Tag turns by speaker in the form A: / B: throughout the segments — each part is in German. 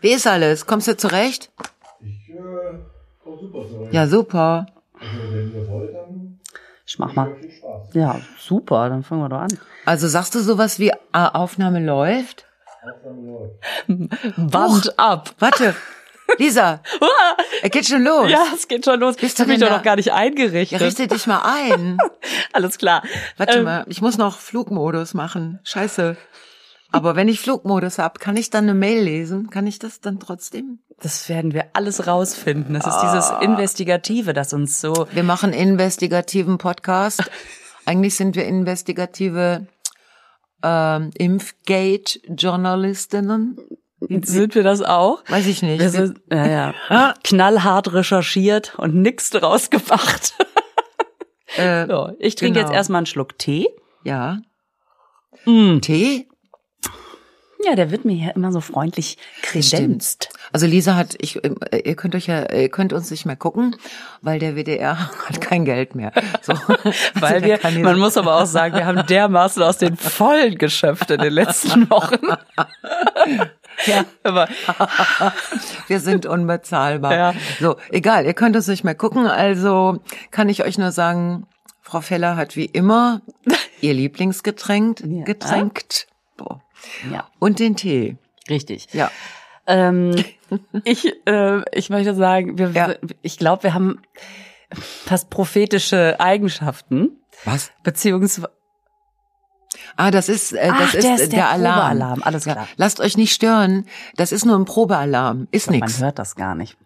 A: Wie ist alles? Kommst du zurecht?
B: Ich äh, komm super zurück.
A: Ja, super.
B: Also, wenn ihr wollt, dann
C: Ich mach mal.
B: viel Spaß.
C: Ja, super, dann fangen wir doch an.
A: Also sagst du sowas wie ah, Aufnahme läuft?
C: Wand ab.
A: Warte, Lisa, er geht schon los.
C: Ja, es geht schon los.
A: Bist
C: Ich
A: du
C: habe mich
A: denn
C: doch
A: da-
C: noch gar nicht eingerichtet.
A: Ja, richte dich mal ein.
C: Alles klar.
A: Warte
C: Ähm,
A: mal, ich muss noch Flugmodus machen. Scheiße. Aber wenn ich Flugmodus hab, kann ich dann eine Mail lesen? Kann ich das dann trotzdem?
C: Das werden wir alles rausfinden. Das ist dieses Investigative, das uns so.
A: Wir machen investigativen Podcast. Eigentlich sind wir investigative ähm, Impfgate-Journalistinnen.
C: Sind wir das auch?
A: Weiß ich nicht.
C: Wir sind, Ah. ja, ja. knallhart recherchiert und nix draus gemacht.
A: äh,
C: So, ich trinke
A: Genau.
C: jetzt erstmal einen Schluck Tee.
A: ja.
C: Hm.
A: Tee?
C: Ja, der wird mir ja immer so freundlich kredenzt.
A: Also Lisa hat, ich, äh, ihr könnt euch ja, ihr könnt uns nicht mehr gucken, weil der WDR hat kein Geld mehr. So. Also
C: Weil wir, man muss aber auch sagen, wir haben dermaßen aus den Vollen geschöpft in den letzten Wochen. ja. Aber
A: Wir sind unbezahlbar.
C: Ja.
A: So, egal, ihr könnt es nicht mehr gucken. Also kann ich euch nur sagen, Frau Feller hat wie immer ihr Lieblingsgetränk
C: Ja.
A: getränkt Boah.
C: ja,
A: und den Tee.
C: richtig.
A: Ja,
C: Ähm, ich, äh, ich möchte sagen, wir,
A: Ja.
C: ich glaube, wir haben fast prophetische Eigenschaften.
A: was?
C: Beziehungsweise
A: Ah, das ist äh, das
C: Ach,
A: ist,
C: der
A: äh,
C: ist der
A: Alarm.
C: Probealarm, alles klar.
A: Lasst euch nicht stören. Das ist nur ein Probealarm. Ist
C: man
A: nix.
C: hört das gar nicht.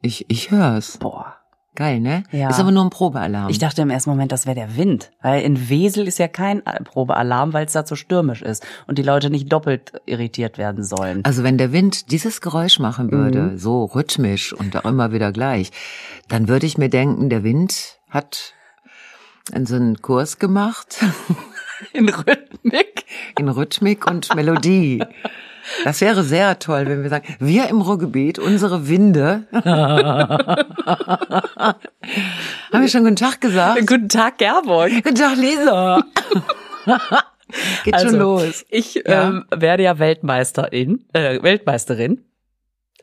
A: Ich ich hör's.
C: Boah.
A: Geil, ne?
C: Ja.
A: Ist aber nur ein Probealarm.
C: Ich dachte im ersten Moment, das wäre der Wind, weil in Wesel ist ja kein Probealarm, weil es da zu stürmisch ist und die Leute nicht doppelt irritiert werden sollen.
A: Also wenn der Wind dieses Geräusch machen würde,
C: Mhm.
A: so rhythmisch und auch immer wieder gleich, dann würde ich mir denken, der Wind hat so einen Kurs gemacht
C: In Rhythmik.
A: in Rhythmik und Melodie. Das wäre sehr toll, wenn wir sagen, wir im Ruhrgebiet, unsere Winde. Haben wir schon guten Tag gesagt?
C: Guten Tag, Gerburg.
A: Guten Tag, Leser. Geht schon los.
C: Also, Ich
A: Ja.
C: ähm, werde ja Weltmeisterin. Äh, Weltmeisterin.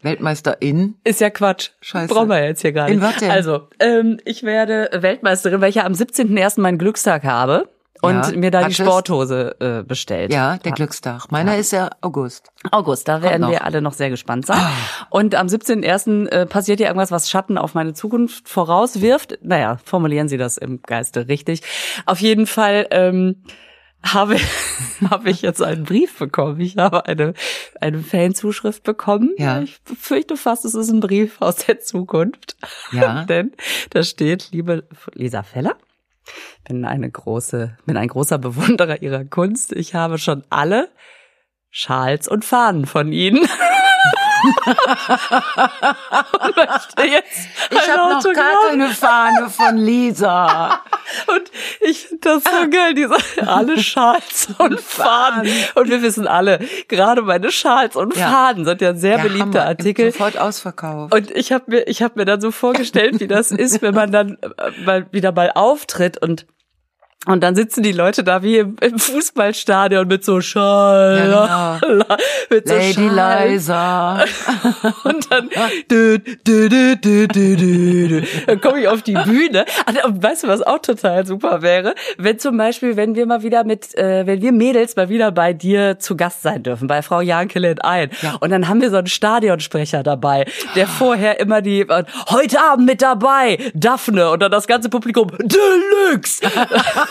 A: Weltmeisterin.
C: Ist ja Quatsch.
A: Scheiße.
C: Brauchen wir jetzt hier gar
A: In
C: nicht.
A: was denn?
C: Also, ähm, ich werde Weltmeisterin, weil ich ja am 17.01. meinen Glückstag habe und
A: Ja.
C: mir da
A: Hattest?
C: die Sporthose äh, bestellt.
A: Ja, der Glückstag. Meiner ist ja August.
C: August, da werden
A: noch. Ah.
C: wir alle noch sehr gespannt sein. Und am 17.01. äh, passiert ja irgendwas, was Schatten auf meine Zukunft vorauswirft. Naja, formulieren Sie das im Geiste richtig. Auf jeden Fall ähm, habe, habe ich jetzt einen Brief bekommen. Ich habe eine, eine Fanzuschrift bekommen.
A: Ja.
C: Ich fürchte fast, es ist ein Brief aus der Zukunft.
A: Ja.
C: Denn da steht, liebe Lisa Feller, bin eine große, bin ein großer Bewunderer ihrer Kunst. Ich habe schon alle Schals und Fahnen von ihnen. und möchte jetzt
A: Ich
C: ein
A: habe noch
C: Autogramm.
A: gar keine Fahne von Lisa.
C: Und ich finde das so geil, diese alle Schals und Fahnen. Und wir wissen alle, gerade meine Schals und
A: Ja.
C: Fahnen sind ja ein sehr beliebter
A: Hammer.
C: Artikel.
A: Sofort ausverkauft.
C: Und ich habe mir, ich habe mir dann so vorgestellt, wie das ist, wenn man dann äh, mal wieder mal auftritt und und dann sitzen die Leute da wie im, im Fußballstadion mit so Schal,
A: Ja, genau.
C: mit so
A: Lady
C: Schal.
A: Liza.
C: Und dann, dü, dü, dü, dü, dü, dü, dü. dann komme ich auf die Bühne. Und- Und weißt du, was auch total super wäre? Wenn zum Beispiel, wenn wir mal wieder mit, äh, wenn wir Mädels mal wieder bei dir zu Gast sein dürfen, bei Frau Jankelet ein. Und dann haben wir so einen Stadionsprecher dabei, der vorher immer die, äh, heute Abend mit dabei, Daphne. Und dann das ganze Publikum, Deluxe.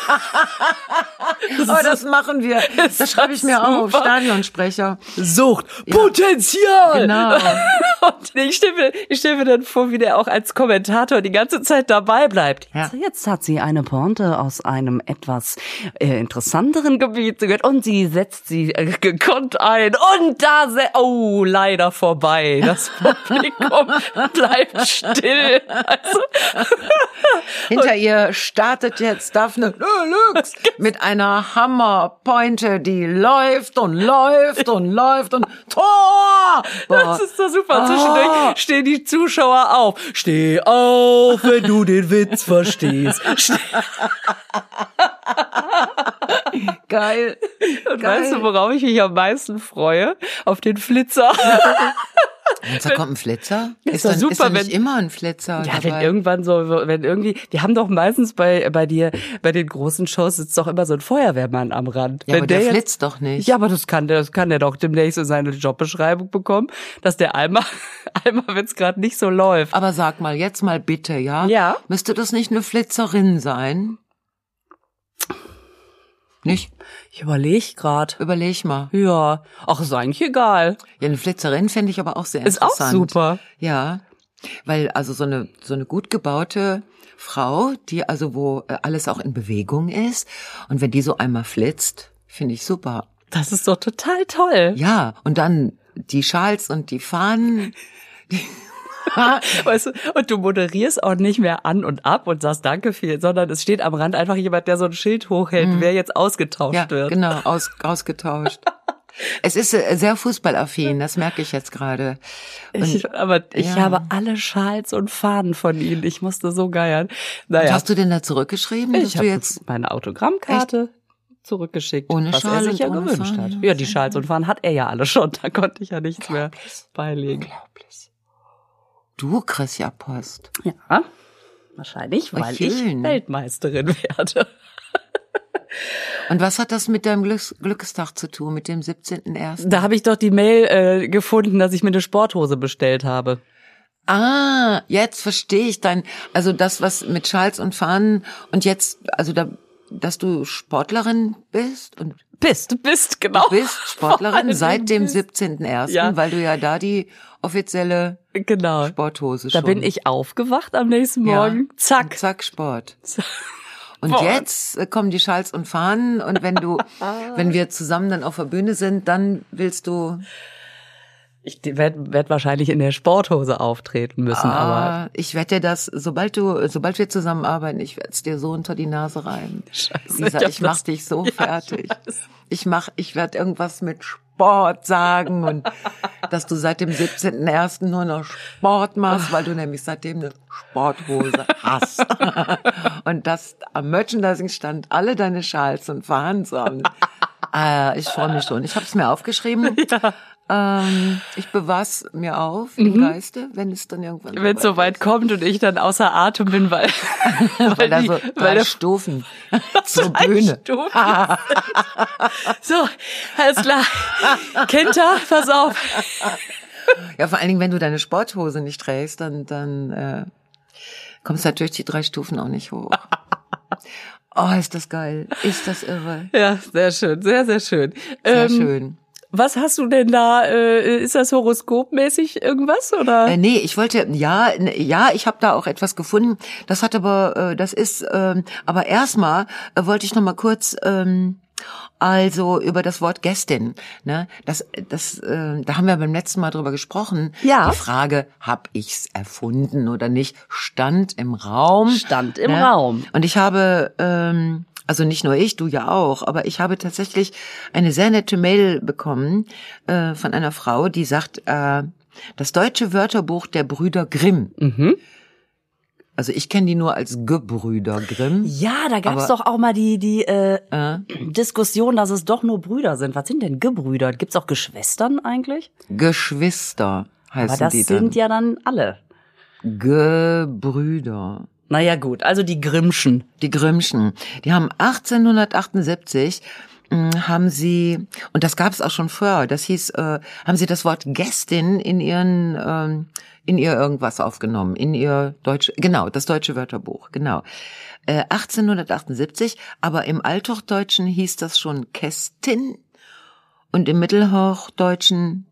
A: Oh, das machen wir.
C: Ist
A: Das schreibe ich
C: das
A: mir auf.
C: super?
A: Stadionsprecher.
C: Sucht Potenzial.
A: Genau.
C: Und ich stelle mir, ich stell mir dann vor, wie der auch als Kommentator die ganze Zeit dabei bleibt.
A: Ja.
C: Jetzt, jetzt hat sie eine Pointe aus einem etwas äh, interessanteren Gebiet gehört und sie setzt sie äh, gekonnt ein und da se oh leider vorbei. Das Publikum bleibt still. Also,
A: Hinter ihr startet jetzt Daphne Deluxe mit einer Hammerpointe, die läuft und läuft und läuft und Tor! Boah.
C: das ist so super.
A: Ah.
C: Zwischendurch stehen die Zuschauer auf. Steh auf, wenn du den Witz verstehst.
A: Geil.
C: Und weißt du, worauf ich mich am meisten freue? Auf den Flitzer.
A: Jetzt da kommt ein Flitzer.
C: Ist
A: Ist,
C: doch
A: dann, super, ist
C: super,
A: dann nicht
C: wenn-
A: immer ein Flitzer
C: Ja, wenn
A: dabei.
C: irgendwann so, wenn irgendwie, wir haben doch meistens bei, bei dir, bei den großen Shows sitzt doch immer so ein Feuerwehrmann am Rand.
A: ja,
C: wenn
A: aber der,
C: jetzt-
A: flitzt doch nicht.
C: Ja, aber das kann der, das kann der doch demnächst in seine Jobbeschreibung bekommen, dass der einmal, einmal, wenn es gerade nicht so läuft.
A: Aber sag mal, jetzt mal bitte, ja?
C: Ja.
A: Müsste das nicht eine Flitzerin sein? Nicht?
C: Ich überlege gerade.
A: Überleg mal.
C: Ja, ach, ist eigentlich egal.
A: Ja, eine Flitzerin finde ich aber auch sehr
C: Ist auch
A: interessant.
C: super.
A: Ja, weil also so eine so eine gut gebaute Frau, die also wo äh, alles auch in Bewegung ist und wenn die so einmal flitzt, finde ich super.
C: Das ist doch total toll.
A: Ja, und dann die Schals und die Fahnen.
C: Weißt du, und du moderierst auch nicht mehr an und ab und sagst Danke viel, sondern es steht am Rand einfach jemand, der so ein Schild hochhält, wer jetzt ausgetauscht
A: Mhm. Ja,
C: wird.
A: genau, aus, ausgetauscht. Es ist äh, sehr fußballaffin, das merke ich jetzt gerade. Und
C: Ich, aber ich
A: Ja.
C: habe alle Schals und Fahnen von ihnen. Ich musste so geiern. Naja,
A: hast du denn da zurückgeschrieben, dass
C: ich
A: du
C: habe
A: jetzt
C: meine Autogrammkarte zurückgeschickt,
A: Ohne
C: was
A: Schal
C: er sich
A: und
C: ja
A: ohne
C: gewünscht
A: Fahnen,
C: hat.
A: ja.
C: Ja, die Schals und Fahnen hat er ja alle schon. Da konnte ich ja nichts mehr beilegen.
A: du kriegst ja Post.
C: Ja, wahrscheinlich,
A: Oh,
C: weil
A: schön.
C: ich Weltmeisterin werde.
A: Und was hat das mit deinem Glücks Glückstag zu tun, mit dem 17.01.?
C: Da habe ich doch die Mail äh, gefunden, dass ich mir eine Sporthose bestellt habe.
A: Ah, jetzt verstehe ich dein, also das, was mit Schals und Fahnen und jetzt, also da, dass du Sportlerin bist und
C: Bist, bist, genau.
A: bist
C: Vor allem
A: Sportlerin seit dem
C: bist.
A: 17.01.,
C: Ja.
A: weil du ja da die offizielle
C: Genau.
A: Sporthose
C: Da
A: schon.
C: bin ich aufgewacht am nächsten
A: Ja.
C: Morgen. Zack.
A: Und zack, Sport. Und
C: Sport.
A: jetzt äh, kommen die Schals und Fahnen und wenn du, wenn wir zusammen dann auf der Bühne sind, dann willst du,
C: Ich werde werd wahrscheinlich in der Sporthose auftreten müssen, aber
A: ah, ich wette das, sobald du, sobald wir zusammenarbeiten, ich werde es dir so unter die Nase reiben.
C: scheiße.
A: Lisa,
C: hab
A: ich mach
C: das-
A: dich so
C: Ja,
A: fertig.
C: ich weiß.
A: Ich mach, ich werde irgendwas mit Sport sagen und dass du seit dem 17.01. nur noch Sport machst, weil du nämlich seitdem eine Sporthose hast. und dass am Merchandising-Stand alle deine Schals und Fahnen sind. Äh, ich freue mich schon. Ich habe es mir aufgeschrieben. Ähm, ich bewahr's mir auf im Geiste, wenn es dann irgendwann
C: Mhm. Wenn es soweit kommt und ich dann außer Atem bin, weil, weil,
A: weil da
C: die-
A: so
C: weil
A: drei
C: der
A: Stufen zur
C: Drei
A: Bühne.
C: Stufen. so, alles klar. Kenta, pass auf.
A: Ja, vor allen Dingen, wenn du deine Sporthose nicht trägst, dann, dann äh, kommst du natürlich die drei Stufen auch nicht hoch. Oh, ist das geil. Ist das irre.
C: Ja, sehr schön, sehr, sehr schön.
A: Sehr
C: Ähm,
A: schön.
C: Was hast du denn da? Äh, ist das horoskopmäßig irgendwas oder?
A: Äh, nee, ich wollte, ja, ne, ja, ich habe da auch etwas gefunden. Das hat aber, äh, das ist, ähm, aber erstmal äh, wollte ich noch mal kurz, ähm, also über das Wort Gästin. Ne? Das, das, äh, da haben wir beim letzten Mal drüber gesprochen.
C: Ja.
A: Die Frage, hab ich's erfunden oder nicht, stand im Raum.
C: Stand im Raum.
A: Und ich habe, ähm, also nicht nur ich, du ja auch, aber ich habe tatsächlich eine sehr nette Mail bekommen äh, von einer Frau, die sagt, äh, das deutsche Wörterbuch der Brüder Grimm.
C: mhm.
A: Also ich kenne die nur als Gebrüder Grimm.
C: Ja, da gab's
A: Aber-
C: doch auch mal die die äh,
A: Äh,
C: Diskussion, dass es doch nur Brüder sind. Was sind denn Gebrüder? Gibt's auch Geschwistern eigentlich?
A: Geschwister heißen
C: Aber das
A: die dann.
C: sind ja dann alle.
A: Gebrüder.
C: Naja gut, also die Grimmschen.
A: Die Grimmschen. Die haben 1878 mh, haben sie, und das gab es auch schon vorher, das hieß, äh, haben sie das Wort Gästin in ihren, ähm, in ihr irgendwas aufgenommen, in ihr deutsche, genau, das deutsche Wörterbuch, genau. Äh, 1878, aber im Althochdeutschen hieß das schon Kästin und im Mittelhochdeutschen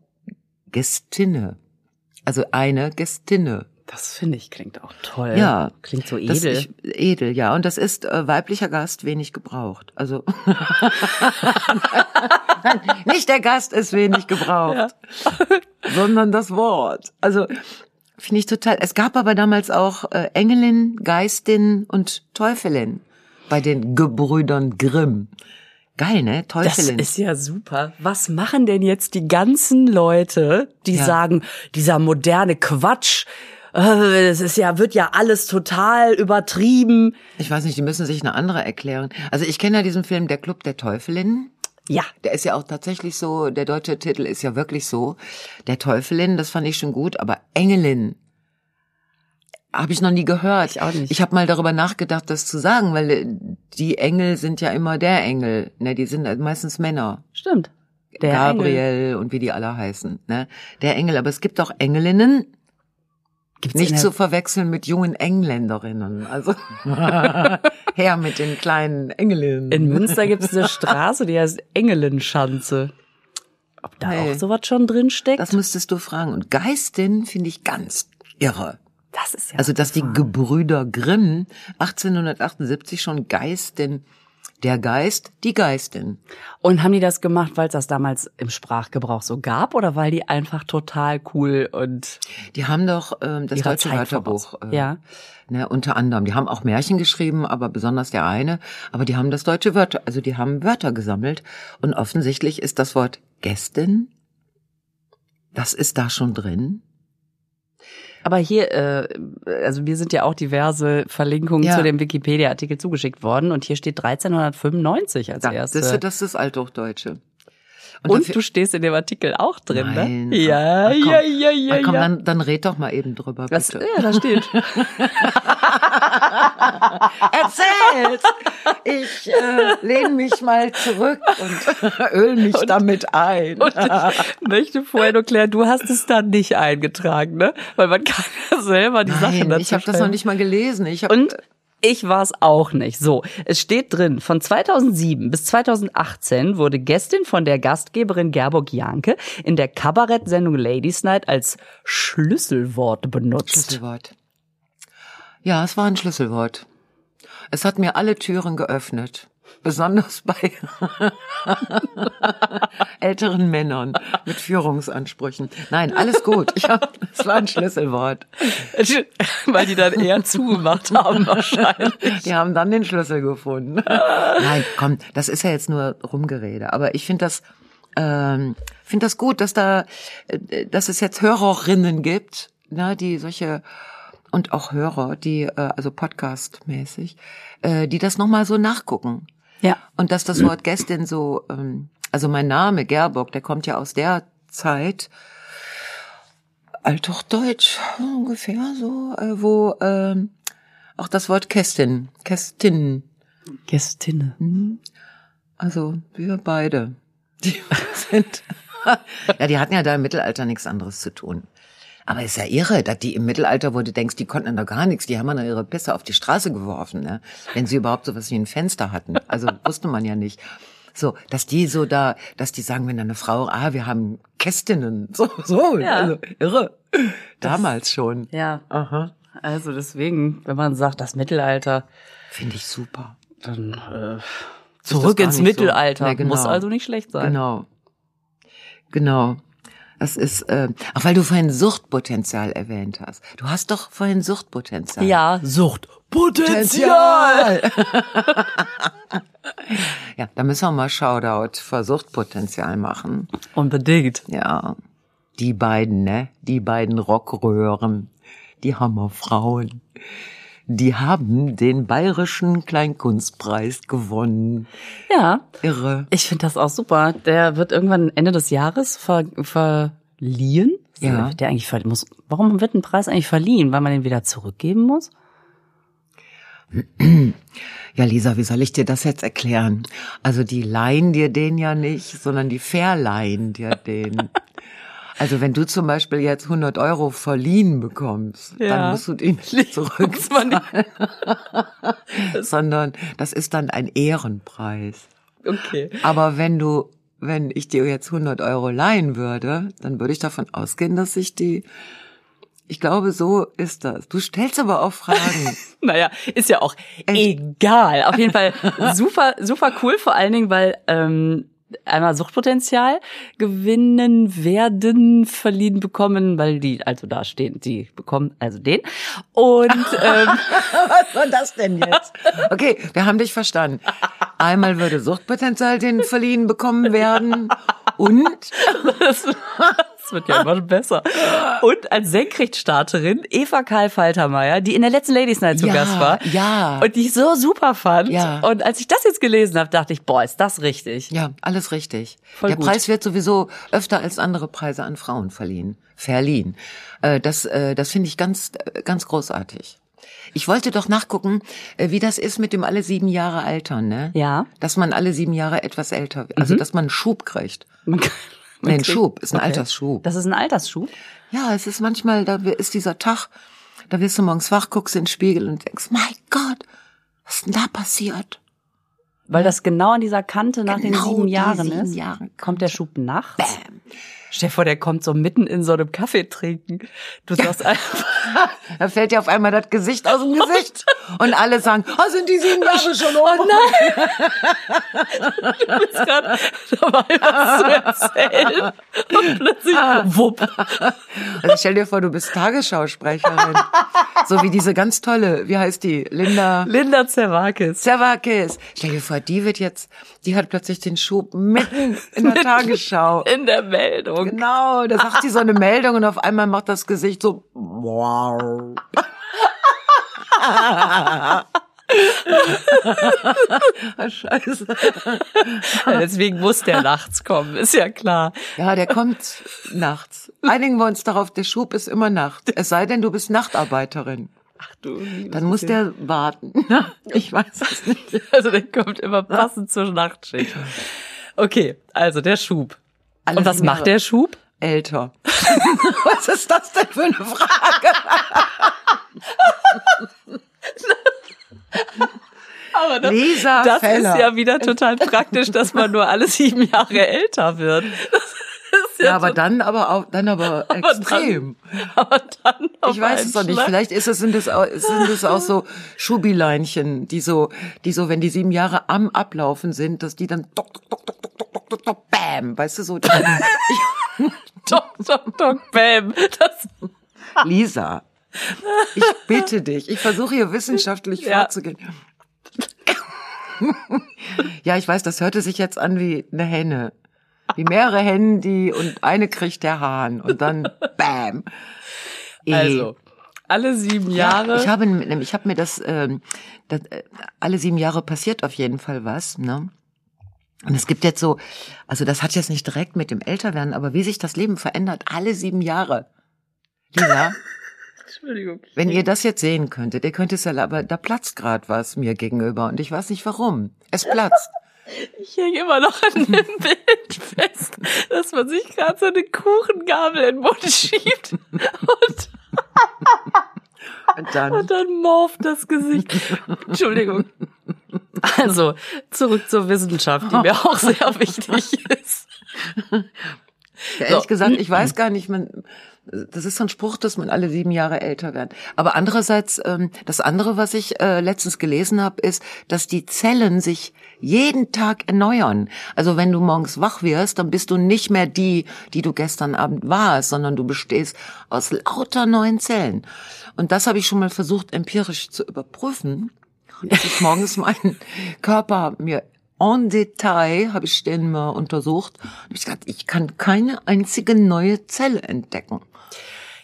A: Gästinne. Also eine Gästinne.
C: Das finde ich klingt auch toll.
A: Ja.
C: klingt so
A: Das,
C: edel.
A: ich, edel, ja. Und das ist äh, weiblicher Gast wenig gebraucht. Also nicht der Gast ist wenig gebraucht, sondern das Wort. Also finde ich total. Es gab aber damals auch äh, Engelin, Geistin und Teufelin bei den Gebrüdern Grimm. Geil, ne?
C: Das
A: Teufelin.
C: ist ja super. Was machen denn jetzt die ganzen Leute, die
A: Ja.
C: sagen, dieser moderne Quatsch, äh, das ist ja, wird ja alles total übertrieben.
A: ich weiß nicht, die müssen sich eine andere erklären. Also ich kenne ja diesen Film Der Club der Teufelinnen.
C: Ja.
A: Der ist ja auch tatsächlich so, der deutsche Titel ist ja wirklich so. Der Teufelin, das fand ich schon gut, aber Engelin habe ich noch nie gehört.
C: Ich auch nicht.
A: Ich habe mal darüber nachgedacht, das zu sagen, weil äh, die Engel sind ja immer der Engel. Ne, die sind halt meistens Männer.
C: Stimmt. Engel.
A: Gabriel und wie die alle heißen. Ne? Der Engel, aber es gibt auch Engelinnen,
C: Gibt's in
A: Nicht
C: der-
A: zu verwechseln mit jungen Engländerinnen. Also her mit den kleinen Engelinnen.
C: In Münster gibt es eine Straße, die heißt Engelenschanze. Ob da
A: Nee.
C: auch sowas schon drin steckt?
A: das müsstest du fragen. Und Geistin finde ich ganz irre.
C: das ist ja. Ah.
A: Also dass die Gebrüder Grimm 1878 schon Geistin, der Geist, die Geistin.
C: und haben die das gemacht, weil es das damals im Sprachgebrauch so gab oder weil die einfach total cool und
A: Die haben doch ähm, das
C: Ihrer
A: deutsche
C: Zeit
A: Wörterbuch.
C: voraus.
A: Äh,
C: Ja.
A: Ne, unter anderem. Die haben auch Märchen geschrieben, aber besonders der eine. Aber die haben das deutsche Wörter, also die haben Wörter gesammelt. Und offensichtlich ist das Wort Gästin, das ist da schon drin.
C: Aber hier, äh, also mir sind ja auch diverse Verlinkungen
A: Ja.
C: zu dem Wikipedia-Artikel zugeschickt worden und hier steht 1395 als
A: Da, das,
C: erste.
A: ist, das ist Althochdeutsche.
C: und
A: dafür-
C: du stehst in dem Artikel auch drin,
A: Nein.
C: ne? Ja,
A: Ach, komm.
C: ja, ja, ja,
A: Ah, komm,
C: ja.
A: dann, dann red doch mal eben drüber,
C: das,
A: bitte.
C: ja, da steht.
A: Erzähl's! Ich äh, lehne mich mal zurück und öl mich damit ein.
C: Und ich möchte vorher nur klären, du hast es dann nicht eingetragen, ne? Weil man kann ja selber die Sachen
A: Nein,
C: dazu
A: ich habe das
C: schreiben.
A: noch nicht mal gelesen. Ich hab,
C: Und ich war es auch nicht. So, es steht drin, von 2007 bis 2018 wurde Gästin von der Gastgeberin Gerburg Janke in der Kabarettsendung Ladies Night als Schlüsselwort benutzt.
A: Schlüsselwort. Ja, es war ein Schlüsselwort. Es hat mir alle Türen geöffnet. Besonders bei älteren Männern mit Führungsansprüchen. Nein, alles gut. Ich hab, es war ein Schlüsselwort.
C: Weil die dann eher zugemacht haben wahrscheinlich.
A: Die haben dann den Schlüssel gefunden. Nein, komm, das ist ja jetzt nur Rumgerede. Aber ich finde das, ähm, finde das gut, dass da, äh, dass es jetzt Hörerinnen gibt, ne, die solche und auch Hörer, die äh, also Podcast-mäßig, äh, die das noch mal so nachgucken.
C: Ja.
A: Und dass das Wort Gästin so, ähm, also mein Name Gerbock, der kommt ja aus der Zeit, althochdeutsch ne, ungefähr so, äh, wo ähm, auch das Wort Kästin, Kästin,
C: Gästinne.
A: Mhm. also wir beide, die sind, ja, die hatten ja da im Mittelalter nichts anderes zu tun. Aber ist ja irre, dass die im Mittelalter, wo du denkst, die konnten da gar nichts, die haben dann ihre Pisse auf die Straße geworfen, ne? wenn sie überhaupt sowas wie ein Fenster hatten. Also wusste man ja nicht. So, dass die so da, dass die sagen, wenn da eine Frau, ah, wir haben Kästinnen, so, so,
C: Ja.
A: also irre. Damals schon.
C: Ja,
A: Aha.
C: also deswegen, wenn man sagt, das Mittelalter,
A: Finde ich super.
C: dann äh,
A: das
C: zurück
A: gar
C: ins
A: nicht so.
C: Mittelalter.
A: Ja, genau.
C: Muss also nicht schlecht sein.
A: Genau. Genau. Das ist, äh, auch weil du vorhin Suchtpotenzial erwähnt hast. Du hast doch vorhin Suchtpotenzial.
C: Ja, Sucht.
A: Potenzial! ja, da müssen wir mal Shoutout für Suchtpotenzial machen.
C: Unbedingt.
A: Ja. Die beiden, ne? Die beiden Rockröhren. Die Hammerfrauen. Die haben den bayerischen Kleinkunstpreis gewonnen.
C: Ja,
A: Irre.
C: ich finde das auch super. Der wird irgendwann Ende des Jahres ver verliehen.
A: Ja.
C: Der eigentlich ver muss. Warum wird ein Preis eigentlich verliehen? Weil man den wieder zurückgeben muss?
A: Ja, Lisa, wie soll ich dir das jetzt erklären? Also die leihen dir den ja nicht, sondern die verleihen dir den. Also wenn du zum Beispiel jetzt 100 Euro verliehen bekommst, dann
C: Ja.
A: musst du den nicht zurück,
C: Muss man nicht.
A: sondern das ist dann ein Ehrenpreis.
C: Okay.
A: Aber wenn du, wenn ich dir jetzt 100 Euro leihen würde, dann würde ich davon ausgehen, dass ich die, ich glaube, so ist das. Du stellst aber auch Fragen.
C: Naja, ist ja auch egal. Auf jeden Fall super, super cool, vor allen Dingen, weil ähm, einmal Suchtpotenzial gewinnen werden, verliehen bekommen, weil die also da stehen, die bekommen also den. Und ähm,
A: Was war das denn jetzt? Okay, wir haben dich verstanden. Einmal würde Suchtpotenzial den verliehen bekommen werden und
C: Das, das wird ja immer besser. Und als Senkrechtstarterin Eva Karl Faltermeier, die in der letzten Ladies Night zu
A: Ja,
C: Gast war.
A: ja.
C: Und die ich so super fand.
A: Ja.
C: Und als ich das jetzt gelesen habe, dachte ich, boah, ist das richtig.
A: Ja, alles richtig.
C: Voll
A: der
C: gut.
A: Preis wird sowieso öfter als andere Preise an Frauen verliehen. Verliehen. Äh, Das, äh, das finde ich ganz, äh, ganz großartig. Ich wollte doch nachgucken, äh, wie das ist mit dem alle sieben Jahre altern, ne?
C: Ja. Mhm.
A: Dass man alle sieben Jahre etwas älter wird. Also, dass man einen Schub kriegt.
C: Man kann- man
A: Nee, ein
C: kriegt-
A: Schub, ist ein Altersschub.
C: Das ist ein Altersschub.
A: Ja, es ist manchmal, da wir- ist dieser Tag, da wirst du morgens wach, guckst in den Spiegel und denkst, mein Gott, was ist denn da passiert?
C: Weil das genau an dieser Kante nach den
A: Genau
C: sieben
A: die
C: Jahren
A: sieben
C: ist.
A: Jahre.
C: Kommt der Schub nachts? Bam. Stell dir vor, der kommt so mitten in so einem Kaffee trinken. Du sagst einfach,
A: Da fällt dir auf einmal das Gesicht aus dem Gesicht. Und alle sagen, oh, sind die sieben Jahre schon um?
C: oh nein! du bist gerade dabei, was zu erzählen. Und plötzlich,
A: Ah.
C: wupp.
A: Also stell dir vor, du bist Tagesschausprecherin. so wie diese ganz tolle, wie heißt die? Linda
C: Linda Zerwakis.
A: Zerwakis. Stell dir vor, die wird jetzt, die hat plötzlich den Schub mitten in der Tagesschau.
C: In der Meldung.
A: Genau, da sagt sie so eine Meldung und auf einmal macht das Gesicht so, wow. Scheiße. Genau.
C: Deswegen muss der nachts kommen, ist ja klar.
A: Ja, der kommt nachts. Einigen wir uns darauf, der Schub ist immer Nacht. Es sei denn, du bist Nachtarbeiterin.
C: Ach du.
A: Dann muss der warten. Ne? Ich weiß es nicht.
C: Also der kommt immer passend zur Nachtschicht. Okay, also der Schub.
A: Alle
C: Und was
A: sieben
C: macht
A: Jahre
C: der Schub?
A: Älter. Was ist das denn für eine Frage?
C: Aber das,
A: Lisa
C: das
A: Feller.
C: ist ja wieder total praktisch, dass man nur alle sieben Jahre älter wird. Das ist ja,
A: Ja, aber dann aber auch, dann aber
C: aber dann-
A: extrem.
C: aber dann auf
A: Ich weiß
C: einen
A: es doch nicht.
C: Schlag.
A: Vielleicht ist es, sind, es auch, sind es auch so Schubileinchen, die so, die so, wenn die sieben Jahre am Ablaufen sind, dass die dann tok, tok, tok, tok, tok, tok, tok, tok, tok, bam, weißt du so.
C: Tok, tok, tok, bam. Das,
A: Lisa, ich bitte dich, ich versuche hier wissenschaftlich
C: Ja.
A: vorzugehen. ja, ich weiß, das hörte sich jetzt an wie eine Henne. Wie mehrere Hennen, die und eine kriegt der Hahn und dann bam. Eh.
C: also, alle sieben Jahre.
A: Ja, ich habe, nämlich- ich habe mir das, ähm, das, äh, alle sieben Jahre passiert auf jeden Fall was, ne? Und es gibt jetzt so, also das hat jetzt nicht direkt mit dem Älterwerden, aber wie sich das Leben verändert, alle sieben Jahre. Lisa,
C: Entschuldigung.
A: wenn ihr das jetzt sehen könntet, ihr könnt es ja, aber da platzt gerade was mir gegenüber und ich weiß nicht warum. Es platzt.
C: Ich hänge immer noch an dem Bild fest, dass man sich gerade so eine Kuchengabel in den Mund schiebt und,
A: Und dann,
C: und dann morpht das Gesicht. Entschuldigung. Also, zurück zur Wissenschaft, die mir auch sehr wichtig ist.
A: ehrlich
C: so.
A: gesagt, ich weiß gar nicht, man, das ist so ein Spruch, dass man alle sieben Jahre älter wird. Aber andererseits, ähm, das andere, was ich äh, letztens gelesen habe, ist, dass die Zellen sich jeden Tag erneuern. Also wenn du morgens wach wirst, dann bist du nicht mehr die, die du gestern Abend warst, sondern du bestehst aus lauter neuen Zellen. Und das habe ich schon mal versucht, empirisch zu überprüfen. Dass ich morgens meinen Körper mir en Detail habe ich den mal untersucht. Hab ich gesagt, ich kann keine einzige neue Zelle entdecken.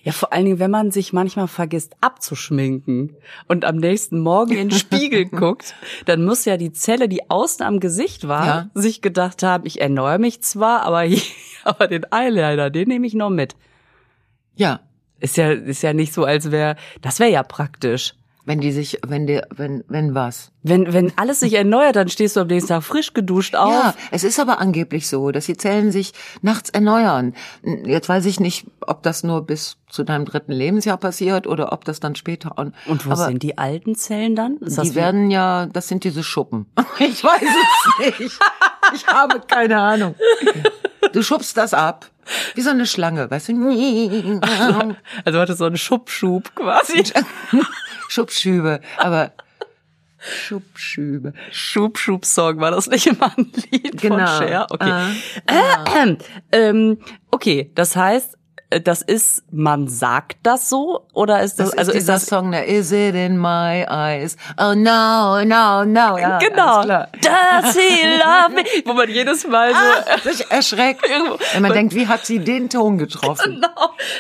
C: Ja, vor allen Dingen, wenn man sich manchmal vergisst abzuschminken und am nächsten Morgen in den Spiegel guckt, dann muss ja die Zelle, die außen am Gesicht war,
A: Ja.
C: sich gedacht haben, ich erneuere mich zwar, aber, hier, aber den Eyeliner, den nehme ich noch mit.
A: Ja,
C: Ist ja, ist ja nicht so, als wäre, das wäre ja praktisch.
A: wenn die sich, wenn die, wenn, wenn was.
C: Wenn, wenn alles sich erneuert, dann stehst du am nächsten Tag frisch geduscht auf.
A: Ja, es ist aber angeblich so, dass die Zellen sich nachts erneuern. Jetzt weiß ich nicht, ob das nur bis zu deinem dritten Lebensjahr passiert oder ob das dann später an.
C: Und wo
A: aber
C: sind die alten Zellen dann? Ist das
A: die
C: wie-
A: werden ja, das sind diese Schuppen. Ich weiß es nicht. Ich habe keine Ahnung. Du schubst das ab. Wie so eine Schlange, weißt du?
C: also hatte so einen Schubschub quasi.
A: Schubschübe, aber Schubschübe.
C: Schub-Schub-Song, war das nicht immer ein Lied
A: Genau. Ah.
C: von Cher? Okay. Ähm, okay, das heißt, äh, äh, das ist, man sagt das so oder ist das,
A: Das
C: also
A: ist
C: ist
A: dieser
C: das
A: Song da, Is it in my eyes? Oh no, no, no. Ja,
C: genau
A: alles klar.
C: Does he love me? Wo man jedes Mal so
A: Ah, sich erschreckt.
C: Irgendwo-
A: Wenn man denkt, wie hat sie den Ton getroffen?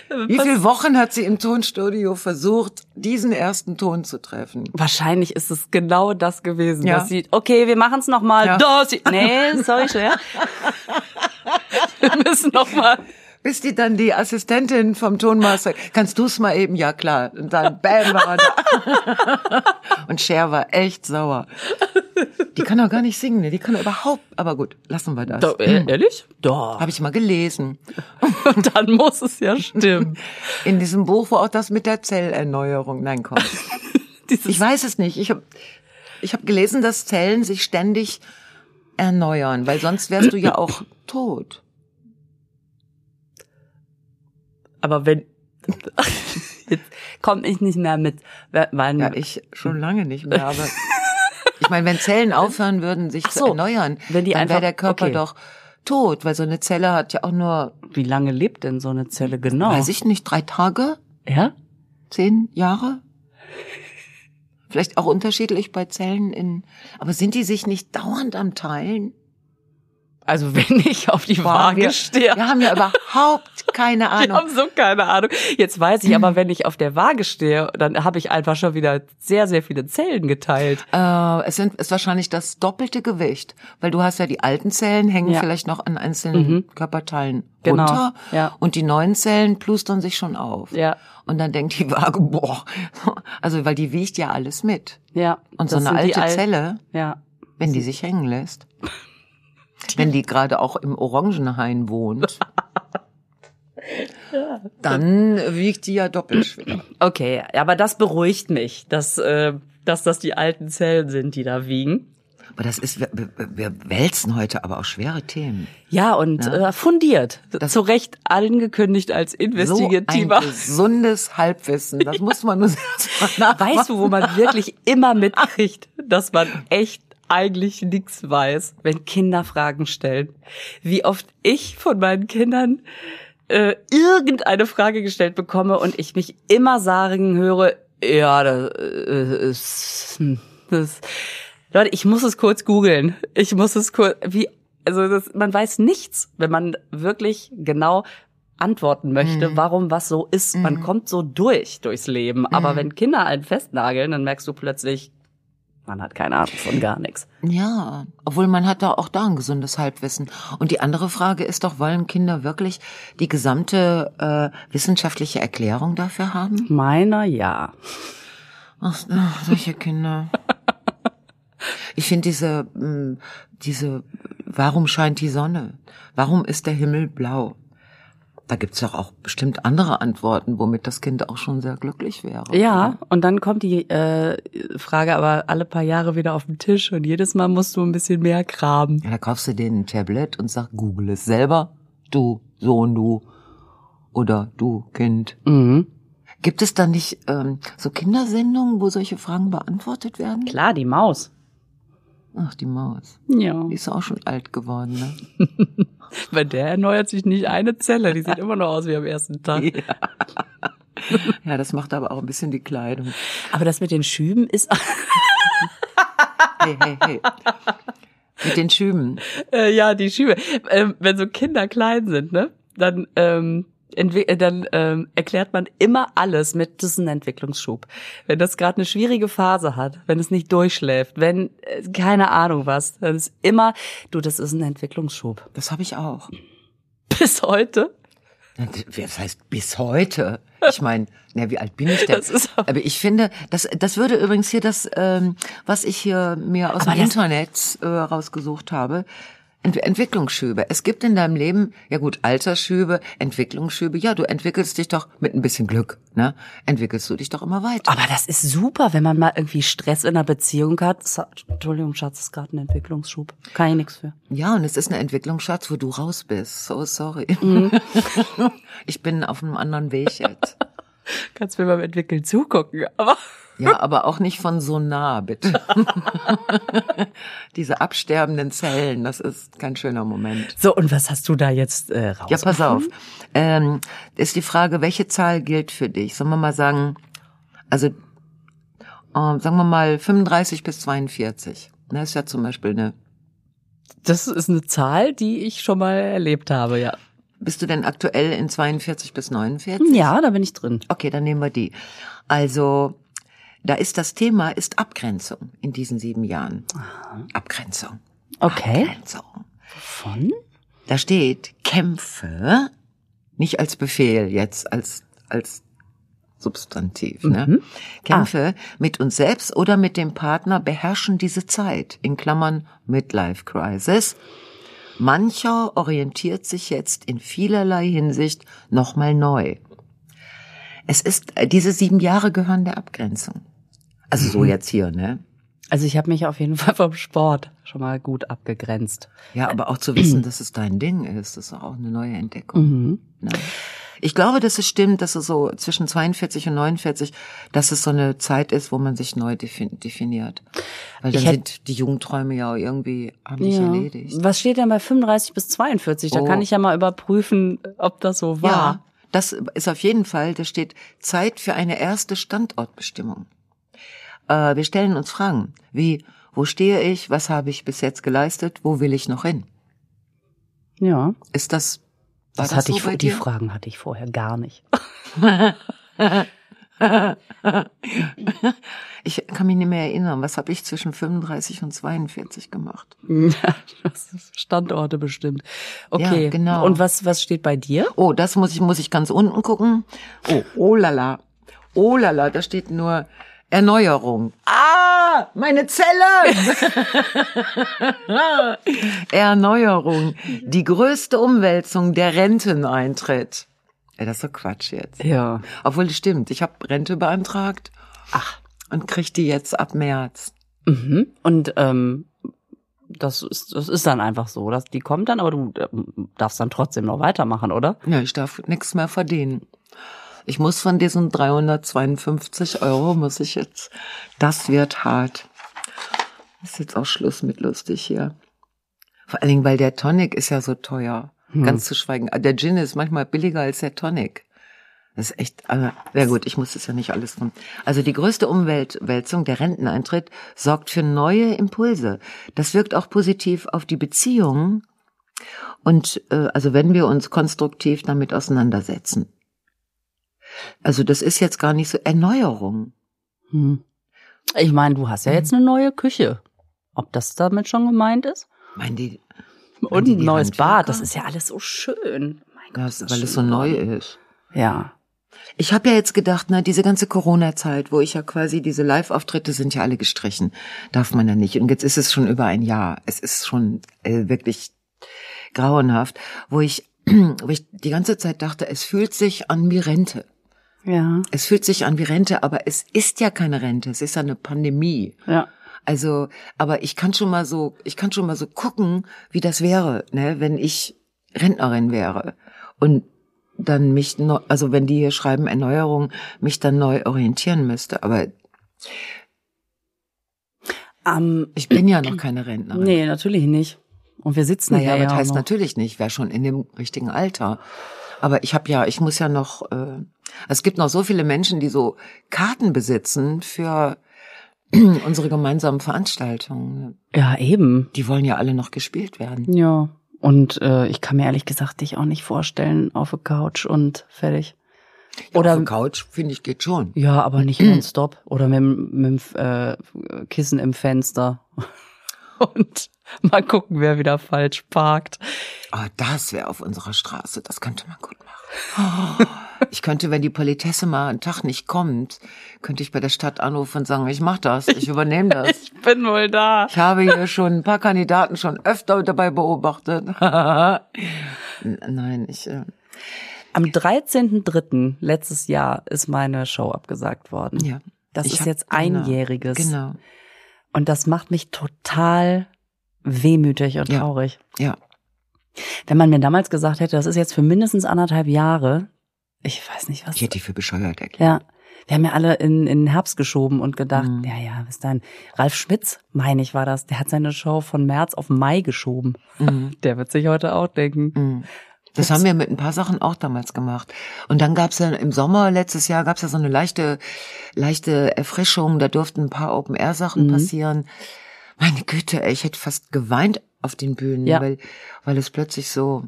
C: genau.
A: Wie viele Wochen hat sie im Tonstudio versucht, diesen ersten Ton zu treffen?
C: Wahrscheinlich ist es genau das gewesen.
A: Ja.
C: dass sie, okay, wir machen es nochmal.
A: Ja.
C: Ja. Nee, sorry, schwer. wir müssen nochmal.
A: Bis die dann die Assistentin vom Tonmaster, kannst du's mal eben? Ja, klar. Und dann, bam, war er da. Und Cher war echt sauer. Die kann doch gar nicht singen, ne? die kann doch überhaupt, aber gut, lassen wir das.
C: äh, ehrlich? Doch.
A: Habe ich mal gelesen.
C: Dann muss es ja stimmen.
A: In diesem Buch war auch das mit der Zellerneuerung. Nein, komm.
C: Dieses,
A: Ich weiß es nicht. Ich habe ich hab gelesen, dass Zellen sich ständig erneuern, weil sonst wärst du ja auch tot.
C: aber wenn. Jetzt komme ich nicht mehr mit. Wer- Wann,
A: Ja, ich schon lange nicht mehr, aber ich meine, wenn Zellen aufhören würden, sich
C: Ach so,
A: zu erneuern,
C: wenn die
A: dann
C: einfach-
A: wäre der Körper
C: okay.
A: doch tot, weil so eine Zelle hat ja auch nur,
C: wie lange lebt denn so eine Zelle genau?
A: weiß ich nicht, drei Tage,
C: Ja?
A: zehn Jahre? Vielleicht auch unterschiedlich bei Zellen in, aber sind die sich nicht dauernd am Teilen?
C: Also wenn ich auf die
A: Boah,
C: Waage
A: wir,
C: stehe.
A: wir haben ja überhaupt keine
C: Ich
A: Ahnung.
C: habe so keine Ahnung. Jetzt weiß ich aber, wenn ich auf der Waage stehe, dann habe ich einfach schon wieder sehr, sehr viele Zellen geteilt.
A: Äh, es sind, ist wahrscheinlich das doppelte Gewicht, weil du hast ja die alten Zellen hängen
C: Ja. Mhm.
A: vielleicht noch an einzelnen Körperteilen
C: Genau,
A: runter
C: ja.
A: und die neuen Zellen plustern sich schon auf.
C: Ja.
A: Und dann denkt die Waage, boah, also weil die wiegt ja alles mit.
C: Ja.
A: Und so
C: das
A: eine
C: sind die
A: alte
C: Al-
A: Zelle,
C: Ja.
A: wenn die sich hängen lässt, wenn die gerade auch im Orangenhain wohnt, dann wiegt die ja doppelt schwer.
C: Okay, aber das beruhigt mich, dass, äh, dass das die alten Zellen sind, die da wiegen.
A: Aber das ist, wir, wir, wir wälzen heute aber auch schwere Themen.
C: Ja, und äh, fundiert. zu Recht angekündigt als investigativer.
A: So ein gesundes Halbwissen. Das muss man nur selbst mal nachmachen.
C: weißt du, wo man wirklich immer mitkriegt, dass man echt eigentlich nichts weiß, wenn Kinder Fragen stellen. Wie oft ich von meinen Kindern äh, irgendeine Frage gestellt bekomme und ich mich immer sagen höre, ja, das äh, ist, hm, das. Leute, ich muss es kurz googeln. Ich muss es kurz, wie, also das, man weiß nichts, wenn man wirklich genau antworten möchte, warum was so ist. Man kommt so durch durchs Leben. Aber wenn Kinder einen festnageln, dann merkst du plötzlich, man hat keine Ahnung von gar nichts.
A: Ja, obwohl man hat da auch da ein gesundes Halbwissen. Und die andere Frage ist doch, wollen Kinder wirklich die gesamte äh, wissenschaftliche Erklärung dafür haben?
C: Meiner ja.
A: Ach, ach solche Kinder. Ich finde diese, mh, diese, warum scheint die Sonne? Warum ist der Himmel blau? Da gibt's doch auch bestimmt andere Antworten, womit das Kind auch schon sehr glücklich wäre.
C: Ja, und dann kommt die äh, Frage aber alle paar Jahre wieder auf den Tisch und jedes Mal musst du ein bisschen mehr graben.
A: Ja, da kaufst du denen ein Tablet und sag, google es selber. Du, Sohn, du. Oder du, Kind.
C: Mhm.
A: Gibt es da nicht ähm, so Kindersendungen, wo solche Fragen beantwortet werden?
C: Klar, die Maus.
A: Ach, die Maus.
C: Ja.
A: Die ist auch schon alt geworden, ne?
C: Bei der erneuert sich nicht eine Zelle. Die sieht immer noch aus wie am ersten Tag.
A: Ja, das macht aber auch ein bisschen die Kleidung.
C: Aber das mit den Schüben ist.
A: Hey, hey, hey. Mit den Schüben.
C: Äh, ja, die Schübe. Ähm, wenn so Kinder klein sind, ne, dann ähm, entwi- äh, dann ähm, erklärt man immer alles mit, das ist ein Entwicklungsschub. Wenn das gerade eine schwierige Phase hat, wenn es nicht durchschläft, wenn äh, keine Ahnung was, dann ist immer, du, das ist ein Entwicklungsschub.
A: Das habe ich auch.
C: Bis heute.
A: Das heißt bis heute. Ich meine, na, wie alt bin ich denn?
C: Das ist aber-
A: aber ich finde, das, das würde übrigens hier das, ähm, was ich hier mir aus
C: Aber
A: dem
C: das-
A: Internet äh, rausgesucht habe. Ent Entwicklungsschübe. Es gibt in deinem Leben, ja gut, Altersschübe, Entwicklungsschübe. Ja, du entwickelst dich doch mit ein bisschen Glück, ne? Entwickelst du dich doch immer weiter.
C: Aber das ist super, wenn man mal irgendwie Stress in einer Beziehung hat. Sa- Entschuldigung, Schatz, ist gerade ein Entwicklungsschub. Kann ich nichts für.
A: Ja, und es ist eine Entwicklung, Schatz, wo du raus bist. So sorry.
C: Mhm.
A: Ich bin auf einem anderen Weg jetzt.
C: Kannst mir beim Entwickeln zugucken, aber
A: Ja, aber auch nicht von so nah, bitte. Diese absterbenden Zellen, das ist kein schöner Moment.
C: So, und was hast du da jetzt äh, raus?
A: Ja, pass auf. Ähm, ist die Frage, welche Zahl gilt für dich? Sollen wir mal sagen, also ähm, sagen wir mal 35 bis 42. Das ist ja zum Beispiel eine.
C: Das ist eine Zahl, die ich schon mal erlebt habe, ja.
A: Bist du denn aktuell in 42 bis 49?
C: Ja, da bin ich drin.
A: Okay, dann nehmen wir die. Also da ist das Thema ist Abgrenzung in diesen sieben Jahren. Abgrenzung.
C: Okay.
A: Abgrenzung.
C: Von?
A: Da steht Kämpfe, nicht als Befehl jetzt, als, als Substantiv. Ne? Kämpfe mit uns selbst oder mit dem Partner beherrschen diese Zeit, in Klammern Midlife Crisis. Mancher orientiert sich jetzt in vielerlei Hinsicht nochmal neu. Es ist, äh, diese sieben Jahre gehören der Abgrenzung. Also so jetzt hier, ne?
C: Also ich habe mich auf jeden Fall vom Sport schon mal gut abgegrenzt.
A: Ja, aber auch zu wissen, dass es dein Ding ist, ist auch eine neue Entdeckung.
C: Mhm.
A: Ne? Ich glaube, dass es stimmt, dass es so zwischen 42 und 49, dass es so eine Zeit ist, wo man sich neu defin definiert. Weil dann
C: Ich hätt-
A: sind die Jugendträume ja irgendwie haben sich erledigt.
C: Was steht denn bei 35 bis 42? Da
A: Oh.
C: kann ich ja mal überprüfen, ob das so
A: Ja,
C: war.
A: das ist auf jeden Fall, da steht Zeit für eine erste Standortbestimmung. Äh, wir stellen uns Fragen wie, wo stehe ich, was habe ich bis jetzt geleistet, wo will ich noch hin?
C: Ja.
A: Ist das, war
C: Das, hatte
A: so
C: ich,
A: bei
C: vor- die
A: dir?
C: Fragen hatte ich vorher gar nicht.
A: Ich kann mich nicht mehr erinnern, was habe ich zwischen 35 und 42 gemacht?
C: Ja, das ist Standorte bestimmt. Okay.
A: Ja, genau.
C: Und was, was steht bei dir?
A: Oh, das muss ich, muss ich ganz unten gucken. Oh, oh lala. Oh lala, da steht nur Erneuerung. Ah, meine Zelle! Erneuerung. Die größte Umwälzung der Renteneintritt. Ey, das ist doch Quatsch jetzt.
C: Ja.
A: Obwohl, das stimmt. Ich habe Rente beantragt. Ach. Und krieg die jetzt ab März.
C: Mhm. Und ähm, das ist, das ist dann einfach so. Das, die kommt dann, aber du äh, darfst dann trotzdem noch weitermachen, oder?
A: Ja, ich darf nichts mehr verdienen. Ich muss von diesen 352 Euro, muss ich jetzt, das wird hart. Ist jetzt auch Schluss mit lustig hier. Vor allen Dingen, weil der Tonic ist ja so teuer. Ganz zu schweigen. Ah, Der Gin ist manchmal billiger als der Tonic. Das ist echt, aber, ja gut, ich muss das ja nicht alles von. Also die größte Umwälzung, der Renteneintritt, sorgt für neue Impulse. Das wirkt auch positiv auf die Beziehungen und äh, also wenn wir uns konstruktiv damit auseinandersetzen. Also das ist jetzt gar nicht so Erneuerung.
C: Hm. Ich meine, du hast ja jetzt eine neue Küche. Ob das damit schon gemeint ist?
A: Meinen die, Haben
C: Und
A: die
C: ein
A: die
C: neues
A: Handwerker?
C: Bad. Das ist ja alles so schön. Mein Gott,
A: das,
C: ist das
A: weil es so
C: schön.
A: neu ist.
C: Ja.
A: Ich habe ja jetzt gedacht, na, diese ganze Corona-Zeit, wo ich ja quasi diese Live-Auftritte sind ja alle gestrichen. Darf man ja nicht. Und jetzt ist es schon über ein Jahr. Es ist schon äh, wirklich grauenhaft, wo ich, wo ich die ganze Zeit dachte, es fühlt sich an wie Rente.
C: Ja.
A: Es fühlt sich an wie Rente, aber es ist ja keine Rente. Es ist ja eine Pandemie.
C: Ja.
A: Also, aber ich kann schon mal so, ich kann schon mal so gucken, wie das wäre, ne, wenn ich Rentnerin wäre und dann mich, neu, also wenn die hier schreiben Erneuerung, mich dann neu orientieren müsste. Aber
C: Ähm,
A: ich bin ja noch keine Rentnerin.
C: nee, natürlich nicht. Und wir sitzen
A: Naja,
C: hier
A: das
C: ja
A: heißt
C: auch noch.
A: natürlich nicht, wäre schon in dem richtigen Alter. Aber ich habe ja, ich muss ja noch, äh, es gibt noch so viele Menschen, die so Karten besitzen für unsere gemeinsamen Veranstaltungen.
C: Ja, eben.
A: Die wollen ja alle noch gespielt werden.
C: Ja. Und äh, ich kann mir ehrlich gesagt dich auch nicht vorstellen auf der Couch und fertig.
A: Auf
C: Oder
A: der Couch, finde ich, geht schon.
C: ja, aber nicht nonstop. Oder mit, dem- mit dem, äh, Kissen im Fenster. Und mal gucken, wer wieder falsch parkt.
A: Ah, das wäre auf unserer Straße. Das könnte man gut machen. Oh, ich könnte, wenn die Politesse mal einen Tag nicht kommt, könnte ich bei der Stadt anrufen und sagen, ich mach das, ich übernehme das.
C: Ich bin wohl da.
A: Ich habe hier schon ein paar Kandidaten schon öfter dabei beobachtet. N- Nein, ich. äh,
C: Am 13.03. letztes Jahr ist meine Show abgesagt worden.
A: Ja.
C: Das
A: Ich
C: ist
A: hab-
C: jetzt
A: genau,
C: einjähriges.
A: Genau.
C: Und das macht mich total wehmütig und
A: Ja.
C: traurig.
A: Ja.
C: Wenn man mir damals gesagt hätte, das ist jetzt für mindestens anderthalb Jahre, ich weiß nicht was.
A: Ich hätte die für bescheuert erklärt.
C: Ja, wir haben ja alle in, in den Herbst geschoben und gedacht, ja, ja, bis dann. Ralf Schmitz, meine ich, war das, der hat seine Show von März auf Mai geschoben.
A: Mhm.
C: Der wird sich heute auch denken.
A: Das haben wir mit ein paar Sachen auch damals gemacht. Und dann gab's ja im Sommer letztes Jahr gab's ja so eine leichte, leichte Erfrischung. Da durften ein paar Open Air Sachen passieren. Meine Güte, ey, ich hätte fast geweint auf den Bühnen,
C: Ja.
A: weil weil es plötzlich so.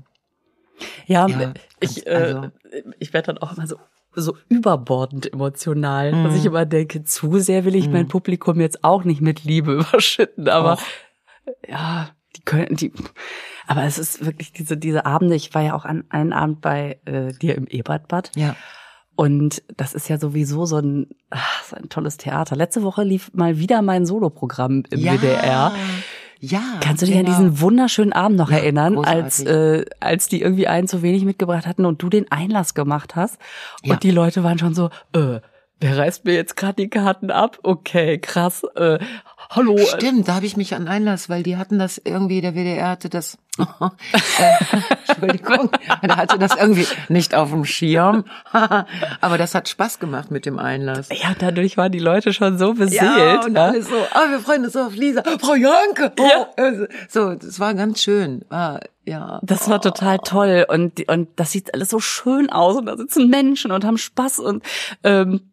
C: Ja,
A: Ja,
C: ich,
A: ganz- also-
C: äh, ich werde dann auch immer so so überbordend emotional, dass ich immer denke, zu sehr will ich mein Publikum jetzt auch nicht mit Liebe überschütten, aber
A: Och.
C: ja, die können die aber es ist wirklich diese diese Abende, ich war ja auch an einen Abend bei äh, dir im Ebertbad
A: Ja.
C: und das ist ja sowieso so ein, ach, so ein tolles Theater. Letzte Woche lief mal wieder mein Soloprogramm im
A: ja.
C: WDR.
A: Ja.
C: Kannst du dich
A: genau.
C: an diesen wunderschönen Abend noch
A: Ja,
C: erinnern, als, äh,
A: großartig.
C: als die irgendwie einen zu wenig mitgebracht hatten und du den Einlass gemacht hast? Und
A: Ja.
C: die Leute waren schon so, äh, wer reißt mir jetzt gerade die Karten ab? Okay, krass. Äh, hallo. äh,
A: Stimmt, da habe ich mich an Einlass, weil die hatten das irgendwie, der WDR hatte das, äh, Entschuldigung, der hatte das irgendwie nicht auf dem Schirm, aber das hat Spaß gemacht mit dem Einlass.
C: Ja, dadurch waren die Leute schon so beseelt.
A: Ja, und
C: ja.
A: alles so, ah, wir freuen uns auf Lisa, Frau Janke. Oh, ja. So, das war ganz schön, war, ja.
C: Das war total toll und die- und das sieht alles so schön aus und da sitzen Menschen und haben Spaß und ähm,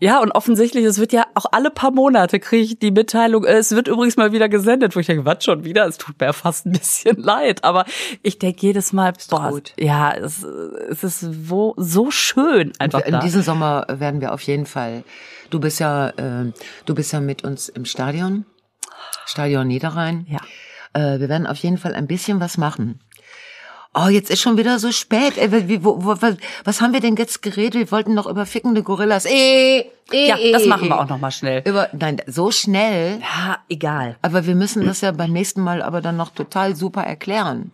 C: ja und offensichtlich es wird ja auch alle paar Monate kriege ich die Mitteilung äh, es wird übrigens mal wieder gesendet wo ich denke was schon wieder es tut mir fast ein bisschen leid aber ich denke jedes Mal boah,
A: gut.
C: ja es, es ist wo so schön einfach
A: In
C: da.
A: diesem Sommer werden wir auf jeden Fall. Du bist ja, äh, du bist ja mit uns im Stadion, Stadion Niederrhein.
C: Ja.
A: Äh, wir werden auf jeden Fall ein bisschen was machen. Oh, jetzt ist schon wieder so spät. Ey, wie, wo, wo, was, was haben wir denn jetzt geredet? Wir wollten noch über fickende Gorillas. Eh, eh,
C: ja
A: eh,
C: das
A: eh,
C: machen wir
A: eh.
C: auch noch mal schnell
A: Über, nein, so schnell.
C: ja egal
A: Aber wir müssen das ja beim nächsten Mal aber dann noch total super erklären.